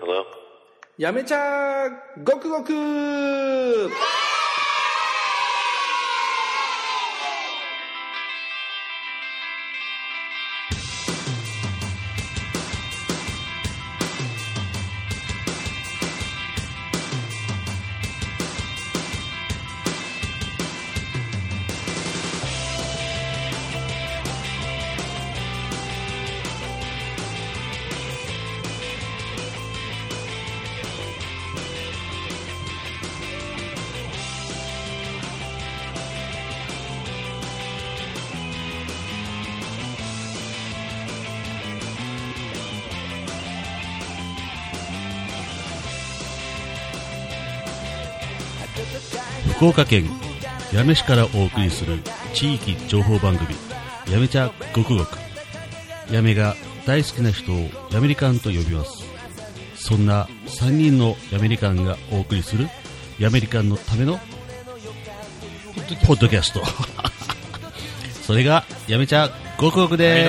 Hello? やめちゃーごくごくー福岡県八女市からお送りする地域情報番組「やめちゃごくごく」やめが大好きな人をやめりかんと呼びますそんな3人のやめりかんがお送りするやめりかんのためのポッドキャスト それがやめちゃごくごくです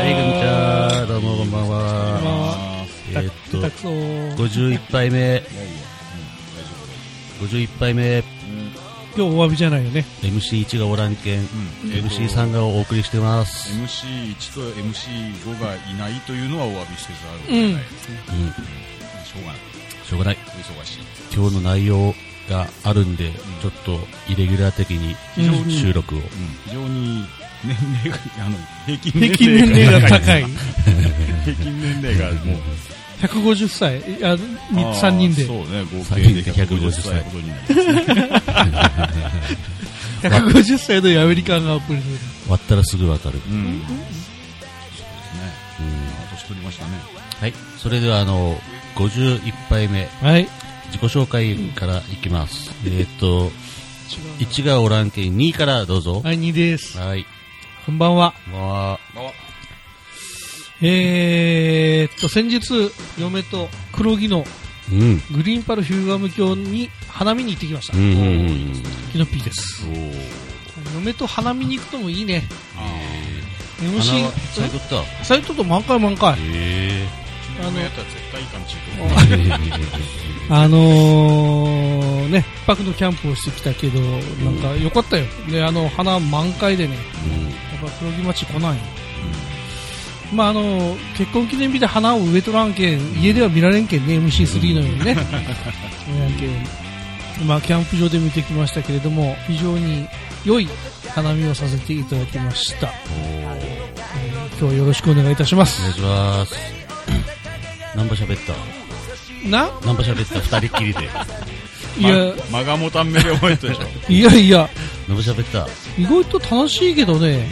はいどうもはいこんにちはどうもこんばんはえーっとたくそー51杯目51杯目今日お詫びじゃないよね MC1 がおらんけん、MC3 がお送りしてます、 MC1 と MC5 がいないというのはお詫びせざるを得ないですね、うん、しょうがないしょうがないお忙しい今日の内容があるんで、ちょっとイレギュラー的に非常に収録を、非常に年齢があの平均平均年齢 が 高い平均年齢がもう150歳いやあー3人でそうね合計で150 150歳ほどになりますね150歳のアメリカンがアップリする割ったらすぐわかる、うんそうですねあ年取りましたねはいそれではあの51杯目はい自己紹介からいきます、えーっと1がおらんけん2からどうぞはい2ですはいこんばんはこんばんはえーっと先日嫁と黒木のうんグリーンパルヒューガム教に花見に行ってきましたうんうんうんキノピーですおー嫁と花見に行くともいいね花 MC は最高だサイトと満開満開へあのやったら絶対いいかもしれないえあのー、ね、一泊のキャンプをしてきたけど、なんか良かったよ。で、あの、花満開でね、やっぱ黒木町来ないよ。まああのー結婚記念日で花を植えとらんけん、家では見られんけんね、MC3 のようにね。見らんけんまあキャンプ場で見てきましたけれども、非常に良い花見をさせていただきました。えー今日はよろしくお願いいたしまお願いす。します。ナンパ喋った。なナンパ喋った、二人っきりで。いや、ま間がもたんめで覚えたでしょいやいや、ナンパ喋った。意外と楽しいけどね。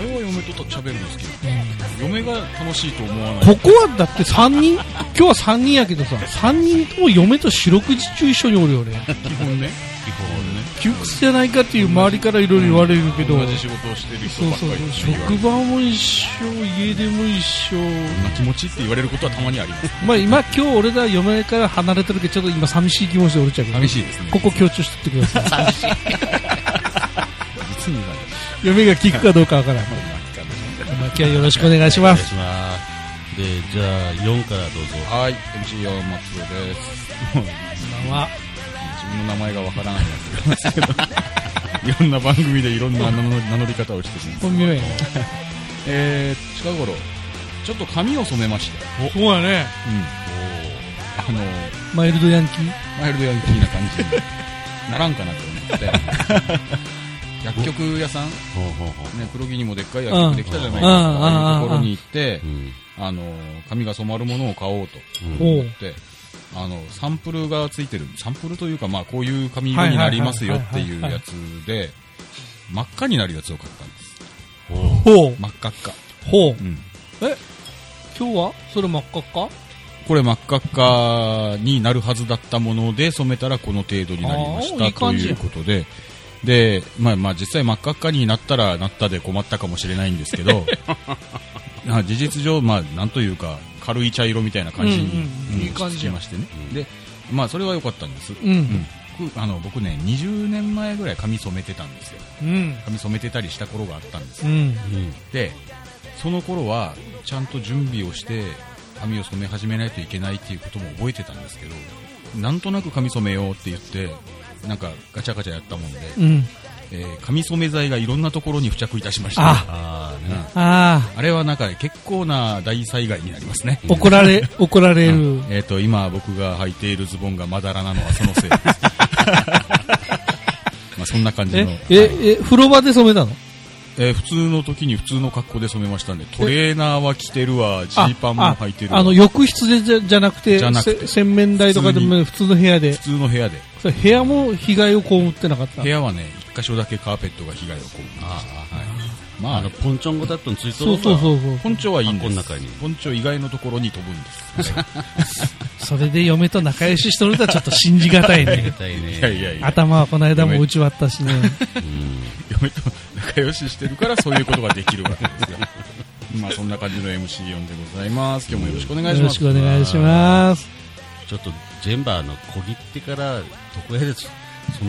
俺は嫁とと喋るんですけど嫁が楽しいと思わなこいこはだって3人、 今日は3人やけどさ、3人とも嫁と四六時中一緒におるよね。 基本ね基本ね窮屈じゃないかっていう周りからいろいろ言われるけど、同じ仕事をしてる人そうばっそかうりって言われ職る場も一緒、家でも一緒。そんな気持ちって言われることはたまにありますまあ今今日俺ら嫁から離れてるけど、ちょっと今寂しい気持ちでおるっちゃうけど、寂しいですねここ強調してってください。実にない嫁が聞くかどうかわからん。まあ今日はよろしくお願いしおま願いす。します。で、じゃあ、四からどうぞ。はい MC 山本ですもうこんばんは自分の名前がわからないやつですけどいろんな番組でいろんな名乗り名乗り方をしてるんです本名やね。えー、近頃ちょっと髪を染めましてそうやね。うんあのマイルドヤンキー。マイルドヤンキーな感じにならんかなと思って薬局屋さんほうほうほう。ね、黒木にもでっかい薬局できたじゃないですか。うんああいうとこうろんに行ってう、ん。あの、髪が染まるものを買おうとうん。おう。であの、サンプルがついてる。サンプルというか、まあ、こういう髪色になりますよっていうやつで、真っ赤になるやつを買ったんです。ほう。真っ赤っか。ほうう。ん。今日はそれ真っ赤っかこれ真っ赤っかになるはずだったもので染めたらこの程度になりましあーたいい感じということで、で、まあまあ実際真っ赤っかになったらなったで困ったかもしれないんです けど、まあ事実上、まあなんというか軽い茶色みたいな感じに、うんうんいい感じしましてね。で、まあそれは良かったんです。うん僕あの僕ね、20年前ぐらい髪染めてたんですよ。うん。髪染めてたりした頃があったんですうん。うん。でその頃はちゃんと準備をして髪を染め始めないといけないっていうことも覚えてたんですけどなんとなく髪染めようって言ってなんかガチャガチャやったもんで、うん。えー髪染め剤がいろんなところに付着いたしましたあああ、ね、ああれはなんか結構な大災害になりますねあ、怒られ、怒られうるん。えっ、と今僕が履いているズボンがまだらなのはそのせいです まあそんな感じえの、はいえ、え、風呂場で染めたのえー普通の時に普通の格好で染めましたんでトレーナーは着てるわジーパンも履いてるあわあの、浴室でじゃじゃなくてじゃなくてせ洗面台とかでも普通の部屋で普。通の部屋でそれ部屋も被害を被ってなかった部。屋はね一箇所だけカーペットが被害を被ってましたはい、まあああののポンチョンゴタットについてそうそうそうそう。本庁はいいんです箱の中に本庁以外のところに飛ぶんです、それで嫁と仲良ししとるとはちょっと信じがたい ね。たいねいやいやいや頭はこの間も打ち割ったしね。嫁と仲良ししてるからそういうことができるわけですよまあそんな感じの MC4 でございます今日もよろしくお願いよしろましすくお願いします。ちょっとジェンバーの小切手から床屋で染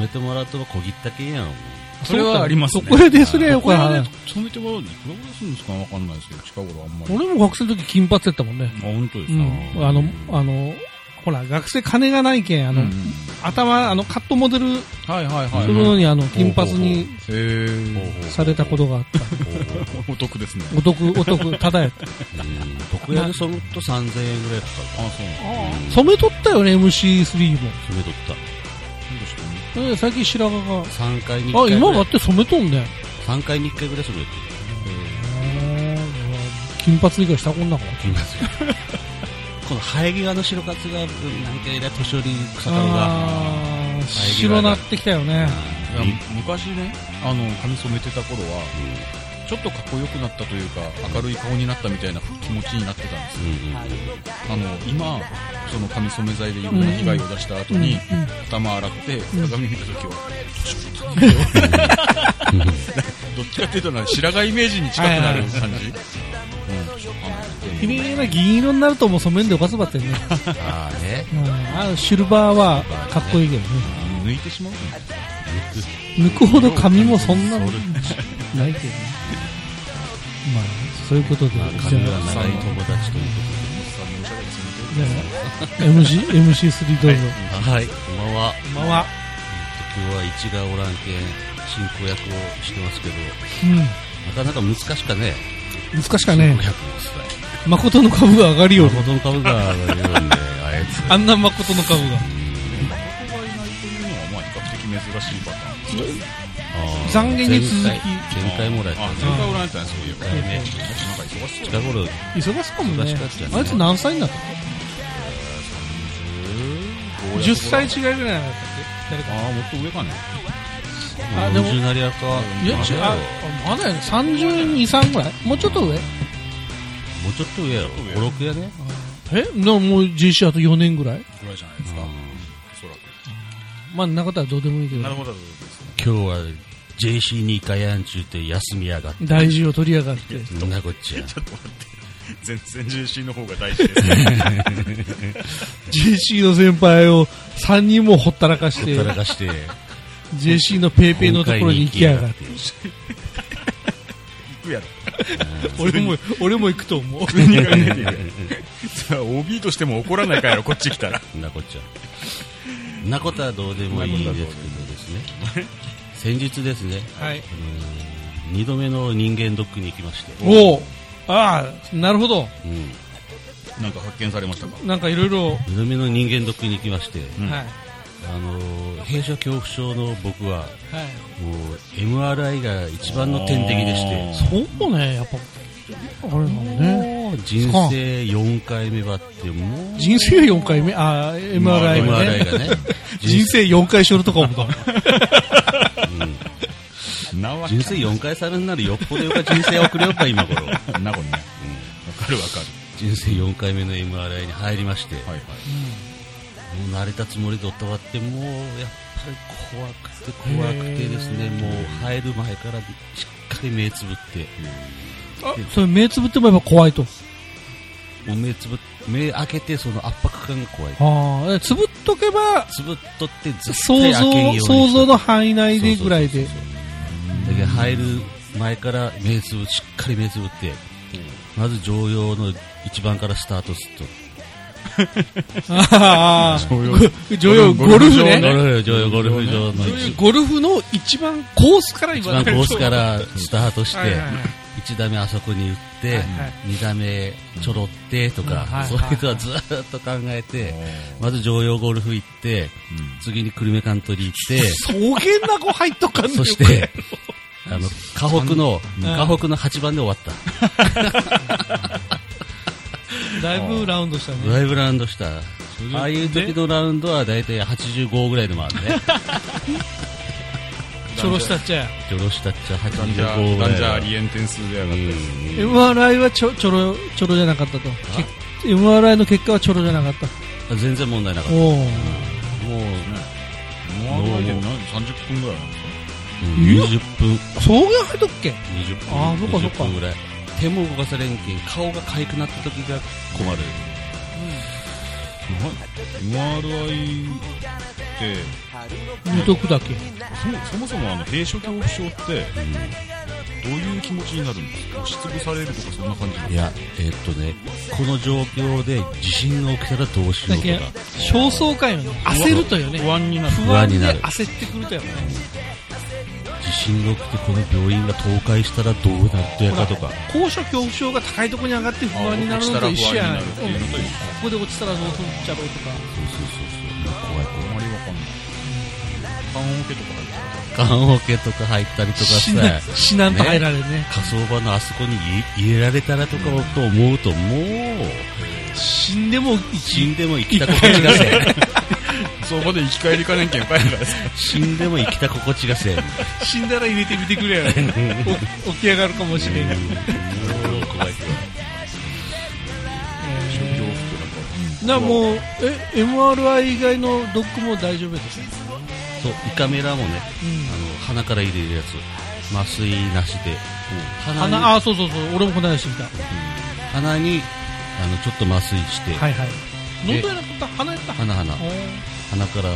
めてもらうと小切ったけんやんそれはありますねそこでですね、よくこれははね染めてもらうのいくらぐらいするんですかわかんないですけど近頃あんまりあ俺も学生の時金髪やったもんね。本当ですうか、ん。あの、あの、ほら、学生金がないけん、あの、頭、あの、カットモデルはいはいはい、するのに、あの、金髪にへーされたことがあった。お得ですねお得、 お得、ただやった。床屋で染むと3000円ぐらいかかるあそうなんだ染めとったよね、MC3 も。染めとったどうしてもえ最近白髪が。 3回に1あ、回今ぐだらっいて染めとんね。 3回に1回ぐらい染めて金髪以外したこんなかっきますよこの生え際の白髪がなんかえらい年寄り草た太郎があー白なってきたよね。いや昔ねあの髪染めてた頃はちょっとかっこよくなったというか明るい顔になったみたいな気持ちになってたんですよあの今その髪染め剤でいろんな被害を出した後に、うんうん頭洗って鏡見た時は、 どっちかっていうとなんか白髪イメージに近くなる感じ、うん綺麗な銀色になるともう染めんでおかすばっ てんね。ああねうんあのシルバーはかっこいいけどね。あの抜いてしまう抜くほど髪もそんなないけどね。まあ、そういうことで、じゃ髪があ、長い友達というこじゃあ MC、MC3 どとうぞ。ではいこんばんはこんばんは。今日は一がおらんけん進行役をしてますけどうなかなか難しかねん。難しか500ねの。世代誠の株が上がりよほ。とんど株が上がるようんで、あいつ。あんな誠の株が。子がいないというのはまあ比較的珍しいパターン残念に続き前回前回もらえたあね。それからおられたんですよそういえばなんか忙しそう近頃、忙しかも忙しねかったよ。ねあいつ何歳になったの ?10 歳違いぐらいなかったっけ誰か。ああもっと上かねあでも40なりやか。いや、まだ違う。よああまだやね。32、3ぐらいもうちょっと上もうちょっと上やろ。5、6やね。えでももう JC あと4年ぐらいぐらいじゃないですか、うんおそらくまあ、んなことはどうでもいいけどな。るほどですね今日は JC に行かやんちゅうて休みやがって。大事を取りやがって。んなこっちゃ。全然重心の方が大事ですね JC の先輩を3人もほったらかしてた、らかして、 JC のペイペイのところに行きやがって。 行くやろ俺も、俺も行くと思う。普通に考えてい くそれは OB としても怒らないからよこっち来たらんなこっちゃ。んなことはどうでもいいですけどですね。先日ですね、はい。 2度目の人間ドックに行きまして。おおああ、なるほど。うんなんか発見されましたかなんかいろいろ、二度目の人間ドックに行きまして、うんはい。あのー閉所恐怖症の僕ははい。もう MRI が一番の天敵でしてそうね、やっぱ、あれなのね。もう人生4回目ばってもう人生4回目、ああ、MRI がね。 MRI がね人生4回しょるとかも だ。なわ人生4回されんならよっぽどよか人生遅れよっか今頃なこねわかるわか人生4回目の MRI に入りまして、るはいはいもう慣れたつもりでおったわってもうやっぱり怖くて怖くてですねもう入る前からしっかり目つぶってそれ目つぶってもやっぱ怖いと。もう目つぶ目開けてその圧迫感が怖いああ、つぶっとけば、つぶっとってずっと想像、想像の範囲内でぐらいで。だけど入る前から目つぶしっかり目つぶってまず常用の一番からスタートすると。 ああ、常用 常用ゴルフねゴルフ場、ゴルフ場のそう一いうゴルフの一番コースから一言わ番コないとースからスタートしてはいはいはい、 1打目あそこに打ってはいはい、 2打目ちょろってとうんはいか、はいそういうのはずーっと考えて、まず常用ゴルフ行って、次に久留米カントリー行って、草原な子入っとかんのよ そしこれて、あの、河北の、河北の8番で終わった。だいぶラウンドしたねだいぶラウンドした。ああいう時のラウンドは大体85ぐらいでもあるね。ちょろしたっちゃやジョロシタッチャランジャ85ー、ぐラらいンジャーあは。りえん点数で上がっ MRI はちょちょろちょろじゃなかったとけ MRI の結果はちょろじゃなかったうん全然問題なかっおおた。もうね、ノアぐらいで何、30分ぐらいなんですかた。うん20分、草原入っとっけ20分。あーそっかそっか20分ぐらい。手も動かされんけん、顔がかゆくなった時が困る。な ?MRI って、見とくだけそもそもそもあの閉所恐怖症って、どういう気持ちになるんですか押しつぶされるとかそんな感じなんいですや、えっとね、この状況で地震が起きたらどうしよだうとけか。焦燥感よね焦るとよねか不安になる。不安安にでなる焦ってくるとやね地震が起きてこの病院が倒壊したらどうなってやかとか。高所恐怖症が高いとこに上がって不安になるのと一緒やないあ落ちたら不安になるっていうのと一緒ここで落ちたらどうするっちゃろうとかそうそうそうそう。怖い怖いあ。んまりわかんない。缶オケとか入っち棺桶とか入っゃたりとか死なさ、死なんと入られるね火葬場のあそこに入れられたらとかをと思うと、もう、死んでも死んでも生きた心地がせん。う。そこで生き返りかねんけん帰るからです。死んでも生きた心地が せん。も死んだら入れてみてくれやお起き上がるかもしれんがう怖いなもうえ MRI 以外のドックも大丈夫ですねそう、胃カメラもね、あの、鼻から入れるやつ。麻酔なしで。鼻に、鼻あそうそうそう俺もこの話してきた鼻に、あの、ちょっと麻酔して、はいはいで喉やなかった鼻やった鼻鼻お、ー鼻からグ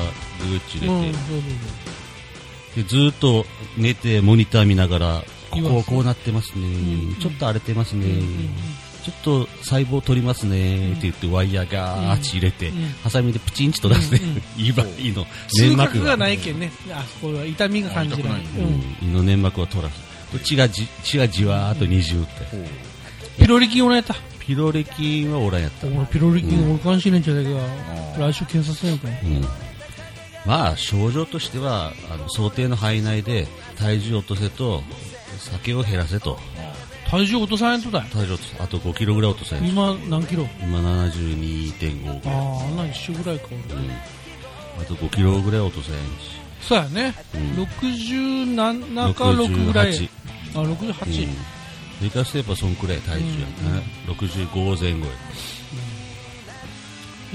ーッチう入れんてそうそうそう、でずーっと寝てモニター見ながら、こ言いまこすこうなってますね、んちょっと荒れてますね、うんちょっと細胞取りますねって言ってワイヤーガーッち入れて、うんハサミでプチンチと出すね、胃ば いいの粘痛膜覚ががないけんねあそこは痛みが感じらあれ痛くる、なうん、胃の粘膜を取らす血がじ血がじわーっとにじむって、ピロリ菌おらんやったピロリ菌はおらんやった、俺ピロリ菌俺関心ねんちゃうだけどう来週検査せんかいうんまあ症状としてはあの想定の範囲内で体重を落とせと酒を減らせと体重落とさないとだよ体重を落とすあと5キロぐらい落とせ今何キロ今72.5ぐあらいあああんな一緒ぐらいか俺と5キロぐらい落とせんしそうやね、うん67か6ぐらいあ68、うん、でかしてやっぱそんくらい体重やね、65前後や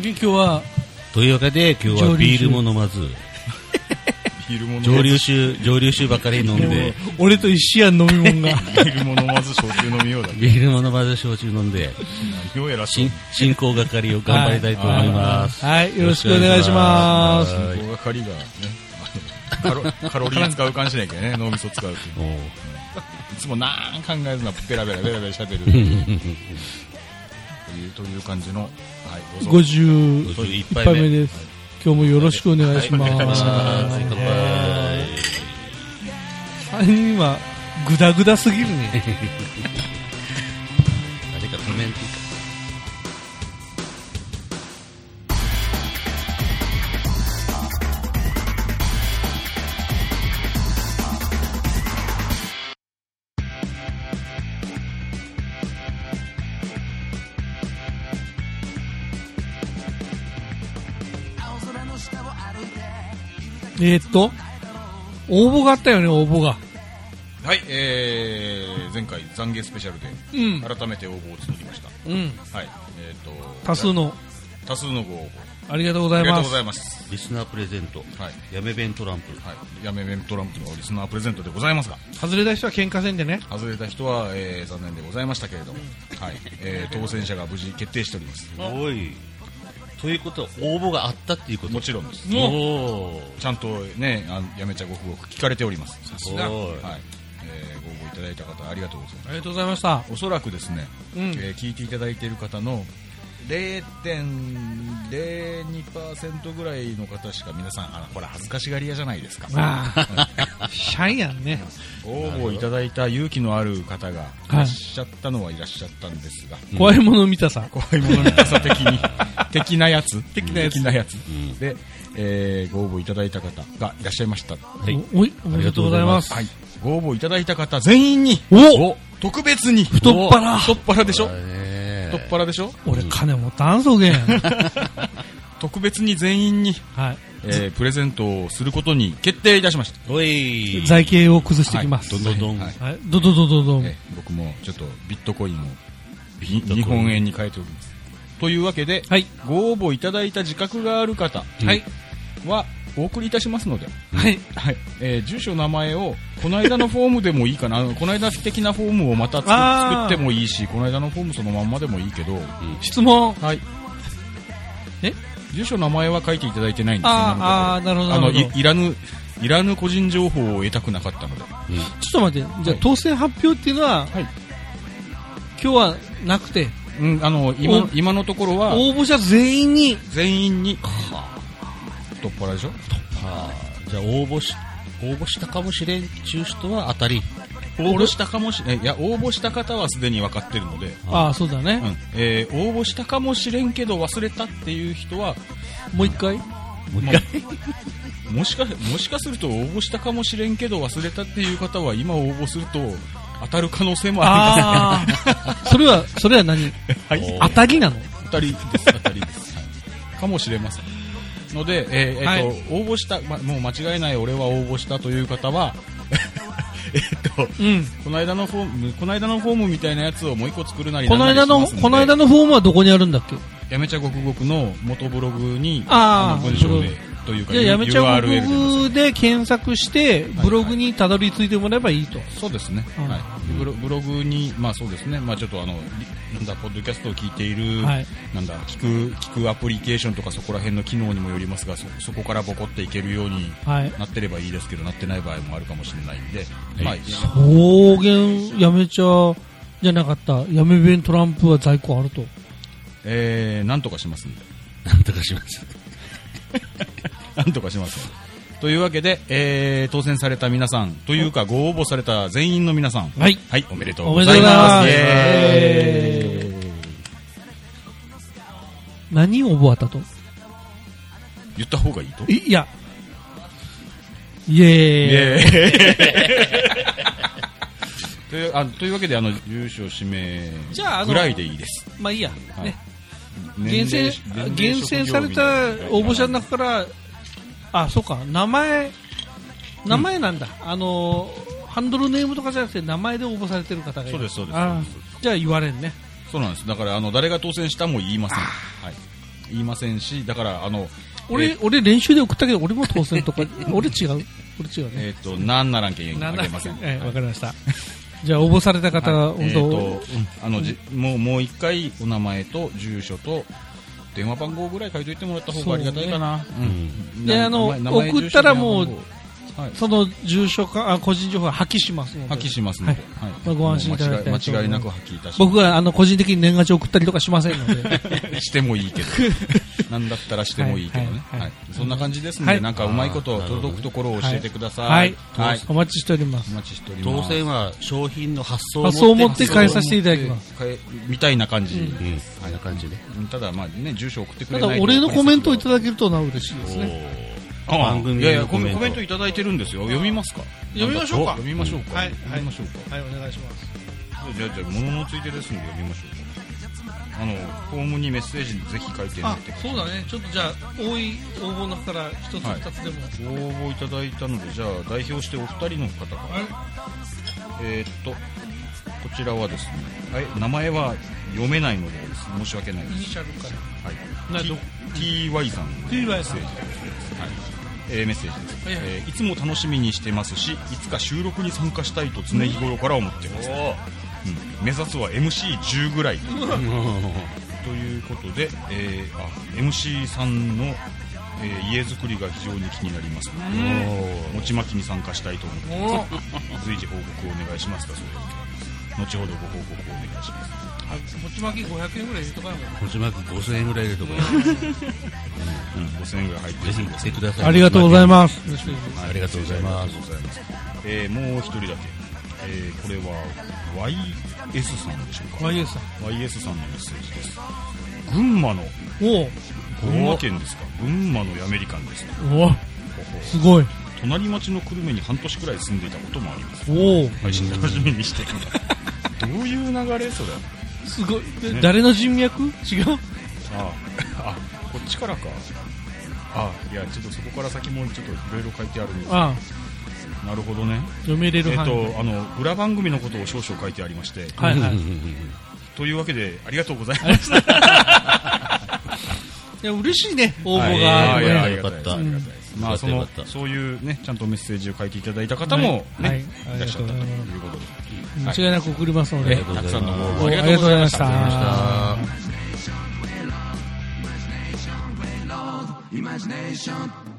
で今日はというわけで今日はビールも飲まず昼物蒸留酒蒸留酒ばかり飲んで俺と一緒やん飲み物が昼物まず焼酎飲みよう だけ。ビールも飲まず焼酎飲んでようやらしい進。進行係を頑張りたいと思いますはいよろしくお願いしますよろしくお願いしこが狩りがね、あのカロカロリー使うかもしれんけどね、脳みそ使うっていうますおういつもなん考えずな、ベラベラベラベラ喋るっていう。という感じの、はい、どうぞ。 51一杯杯目目です今日もよろしくお願いします、はい乾杯3人はグダグダすぎるね誰かコメントえーっと、応募があったよね、応募が。はい、えー、前回、懺悔スペシャルで、うん。改めて応募を募りました。うん。はい、えっ、と、多数の、多数のご応募。ありがとうござあいりがまとうごす。ざいます。リスナープレゼントはい。やめ弁トランプはい、やめめんトランプのリスナープレゼントでございますが、外れた人は喧嘩せんでね。外れた人は、えー、残念でございましたけれども、はい、えー、当選者が無事決定しております。おいということは応募があったっていうこともちろんです。おおちゃんとね、あのやめちゃごくごく聞かれております。すがはい。えーご応募いただいた方ありがとうございますありがとうございました。おそらくですね、うんえー聞いていただいている方の0.02%ぐらいの方しか皆さんあのほら恥ずかしがり屋じゃないですかまあ、シャイやんね。ご応募いただいた勇気のある方がいらっしゃったのはいらっしゃったんですが、怖いもの見たさ。怖いもの見たさ的 に的なやつ的なやつんで、えーご応募いただいた方がいらっしゃいましたはいおい、おめりでがととううごござざいいまますす。はい、ご応募いただいた方全員にお特別に太っ腹太っ腹でしょこれね太っ腹でしょ俺金持たんそげん。特別に全員に、はい。えープレゼントをすることに決定いたしましたおい財形を崩してきます。どんどんどん、はいはい、どどどどどん。えー僕もちょっとビットコインをビットコイン日本円に変えておりますというわけで、はい。ご応募いただいた自覚がある方はい。はお送りいたしますので、はい。はいえー住所、名前をこの間のフォームでもいいかなあのこの間的なフォームをまた作あー作ってもいいしこの間のフォームそのまんまでもいいけど、質問。はい、え住所、名前は書いていただいてないんですあーあー、なるほど、な今のところあのるいほど。いらぬいらぬ個人情報を得たくなかったのちで、ょっと待って、じゃあはい当選発表っていうのは、はい今日はなくて、うん、あの今お今のところは応募者全員に、全員に太っ腹でしょはあじゃあ応募し応募したかもしれんちゅう人は当たり応募したかもしれんいや応募した方はすでに分かってるので、ああ、そうだうね。んえー応募したかもしれんけど忘れたっていう人はもう一回もう一回もしかもしかすると応募したかもしれんけど忘れたっていう方は今応募すると当たる可能性もあああ、 それは、それは何ります、はい、当たりなの当たりです当たりです、はいかもしれませんので、えーえーとは応募した、ま、もう間違いない俺は応募したという方は えっとうん。この間のフォーム、この間のフォームみたいなやつをもう一個作るなりこの間の、この間の、のフォームはどこにあるんだっけやめちゃごくごくの元ブログに、あーの文章でブロ、というか、じゃあ、やめち URL ゃうで載せブで検索して、ブログにたどり着いてもらえばいいと。そうですね。うんはい。ブロブログに、まあそうですね。まあちょっとあの、りなんだ、ポッドキャストを聞いている、はいなんだ、聞く、聞くアプリケーションとかそこら辺の機能にもよりますが、そ、そこからボコっていけるようにはい。なってればいいですけど、なってない場合もあるかもしれないんで、まあ、草原やめちゃじゃなかった、やめ弁トランプは在庫あると。えー、なんとかしますんで。 なんとかしますなんとかします。というわけで、えー、当選された皆さん、というかご応募された全員の皆さん、はい。はい、おめでとうおごめざでというございま。ますすイエーイ何を覚えたと言った方がいいといいや。イ エーイ。イエーイというあというわけで、あの、優勝指名じゃああのぐらいでいいです。まあいいや。はいね。厳選年齢年、齢厳選された応募者の中から、あ、そうか、名前、名前なんだ。あの、ハンドルネームとかじゃなくて名前で応募されてる方がいる。そうですそうですあーじゃあ言われんね。そうなんです。だから、あの、誰が当選したも言いません。はい。言いませんし、だから、あの、え俺、ー、俺練習で送ったけど、俺も当選と か、俺違う。俺違うね。えーと、なんならんけん、あなんだげません。ええわかりました。じゃあ応募された方は、は本いえ当、ーとうんあのじもうもう一回お名前と住所と電話番号ぐらい書いといてもらった方がありがたいかな。うんでなあの名前名前送ったらもう住所電話番号はいその住所か、あ個人情報は破棄しますので。破棄しますので、はいまあご安心いただきたいと思いもまうす間違い間違いなく破棄いたしま僕があの個人的に年賀状送ったりとかしませんので。すしてもいいけ どなんだったらしてもいいけどね、ははいいはいそんな感じですので、はいなんかうまいこと届くところを 教えてくださいはい、はいお待ちしておりますお。待ちしておりま当す選は商品の発送を発想を持って返返させていただきます。えみたいな感じ、うんあんな感じねただまあね住所送ってくたれだないと俺のコメントをいただけるとなお嬉しいですね。ああ番組いやいやのココメメンントトいただいてるんですよ読みますか読みましょうかお読みましょうか、はいはい読みましょうかはい、お願いします。じゃあじゃあ物のついてですんで読みましょうあのフォームにメッセージぜひ書いてねあって、そうだね。ちょっとじゃあ、多い応募の中から一つはい二つでも。ご応募いただいたのでじゃあ代表してお二人の方からえーっとこちらはですね、はい、名前は読めないので申し訳ないイでニすシャルから。なは、いど T- TY さんの TY さんメッセージですはいえーメッセージです、はいはいえーいつも楽しみにしてますしいつか収録に参加したいと常日頃から思っています、うん目指すは MC10 ぐら いということで、えーあ MC さんのえー家づくりが非常に気になりますのおで、ー餅まきに参加したいと思っておーます随時報告をお願いしますだそうです後ほどご報告をお願いしますこっち巻き500円ぐらい入れとかなこちまく5000円ぐらい入れとこ うん5000円ぐらい入ってぜひる来てくださいありがとうございます。ありがとうございますありがとうございますえーもう一人だけ、えーこれは YS さんでしょうか YS さん。 YS さんのメッセージです群馬のおう群馬県ですか群馬のアメリカンですねおおすごい。隣町の久留米に半年くらい住んでいたこともありますおお配信楽しみにしてるどういう流れそれすごい。で誰の人脈違うあああこっちからかあいやちょっとそこから先もちょっといろいろ書いてあるんですああなるほどね読めれえるっ範囲。とあの裏番組のことを少々書いてありましてはいはい。というわけでありがとうございました いや、嬉しいね、応募が。はいやよかったありがたいですまあそよかのったよかったそういうねちゃんとメッセージを書いていただいた方もね、はいい、らっしゃったということで間違いなく送りますので。たくさんのごお応募あありがとりがとううごござざいいままししたた。 imagination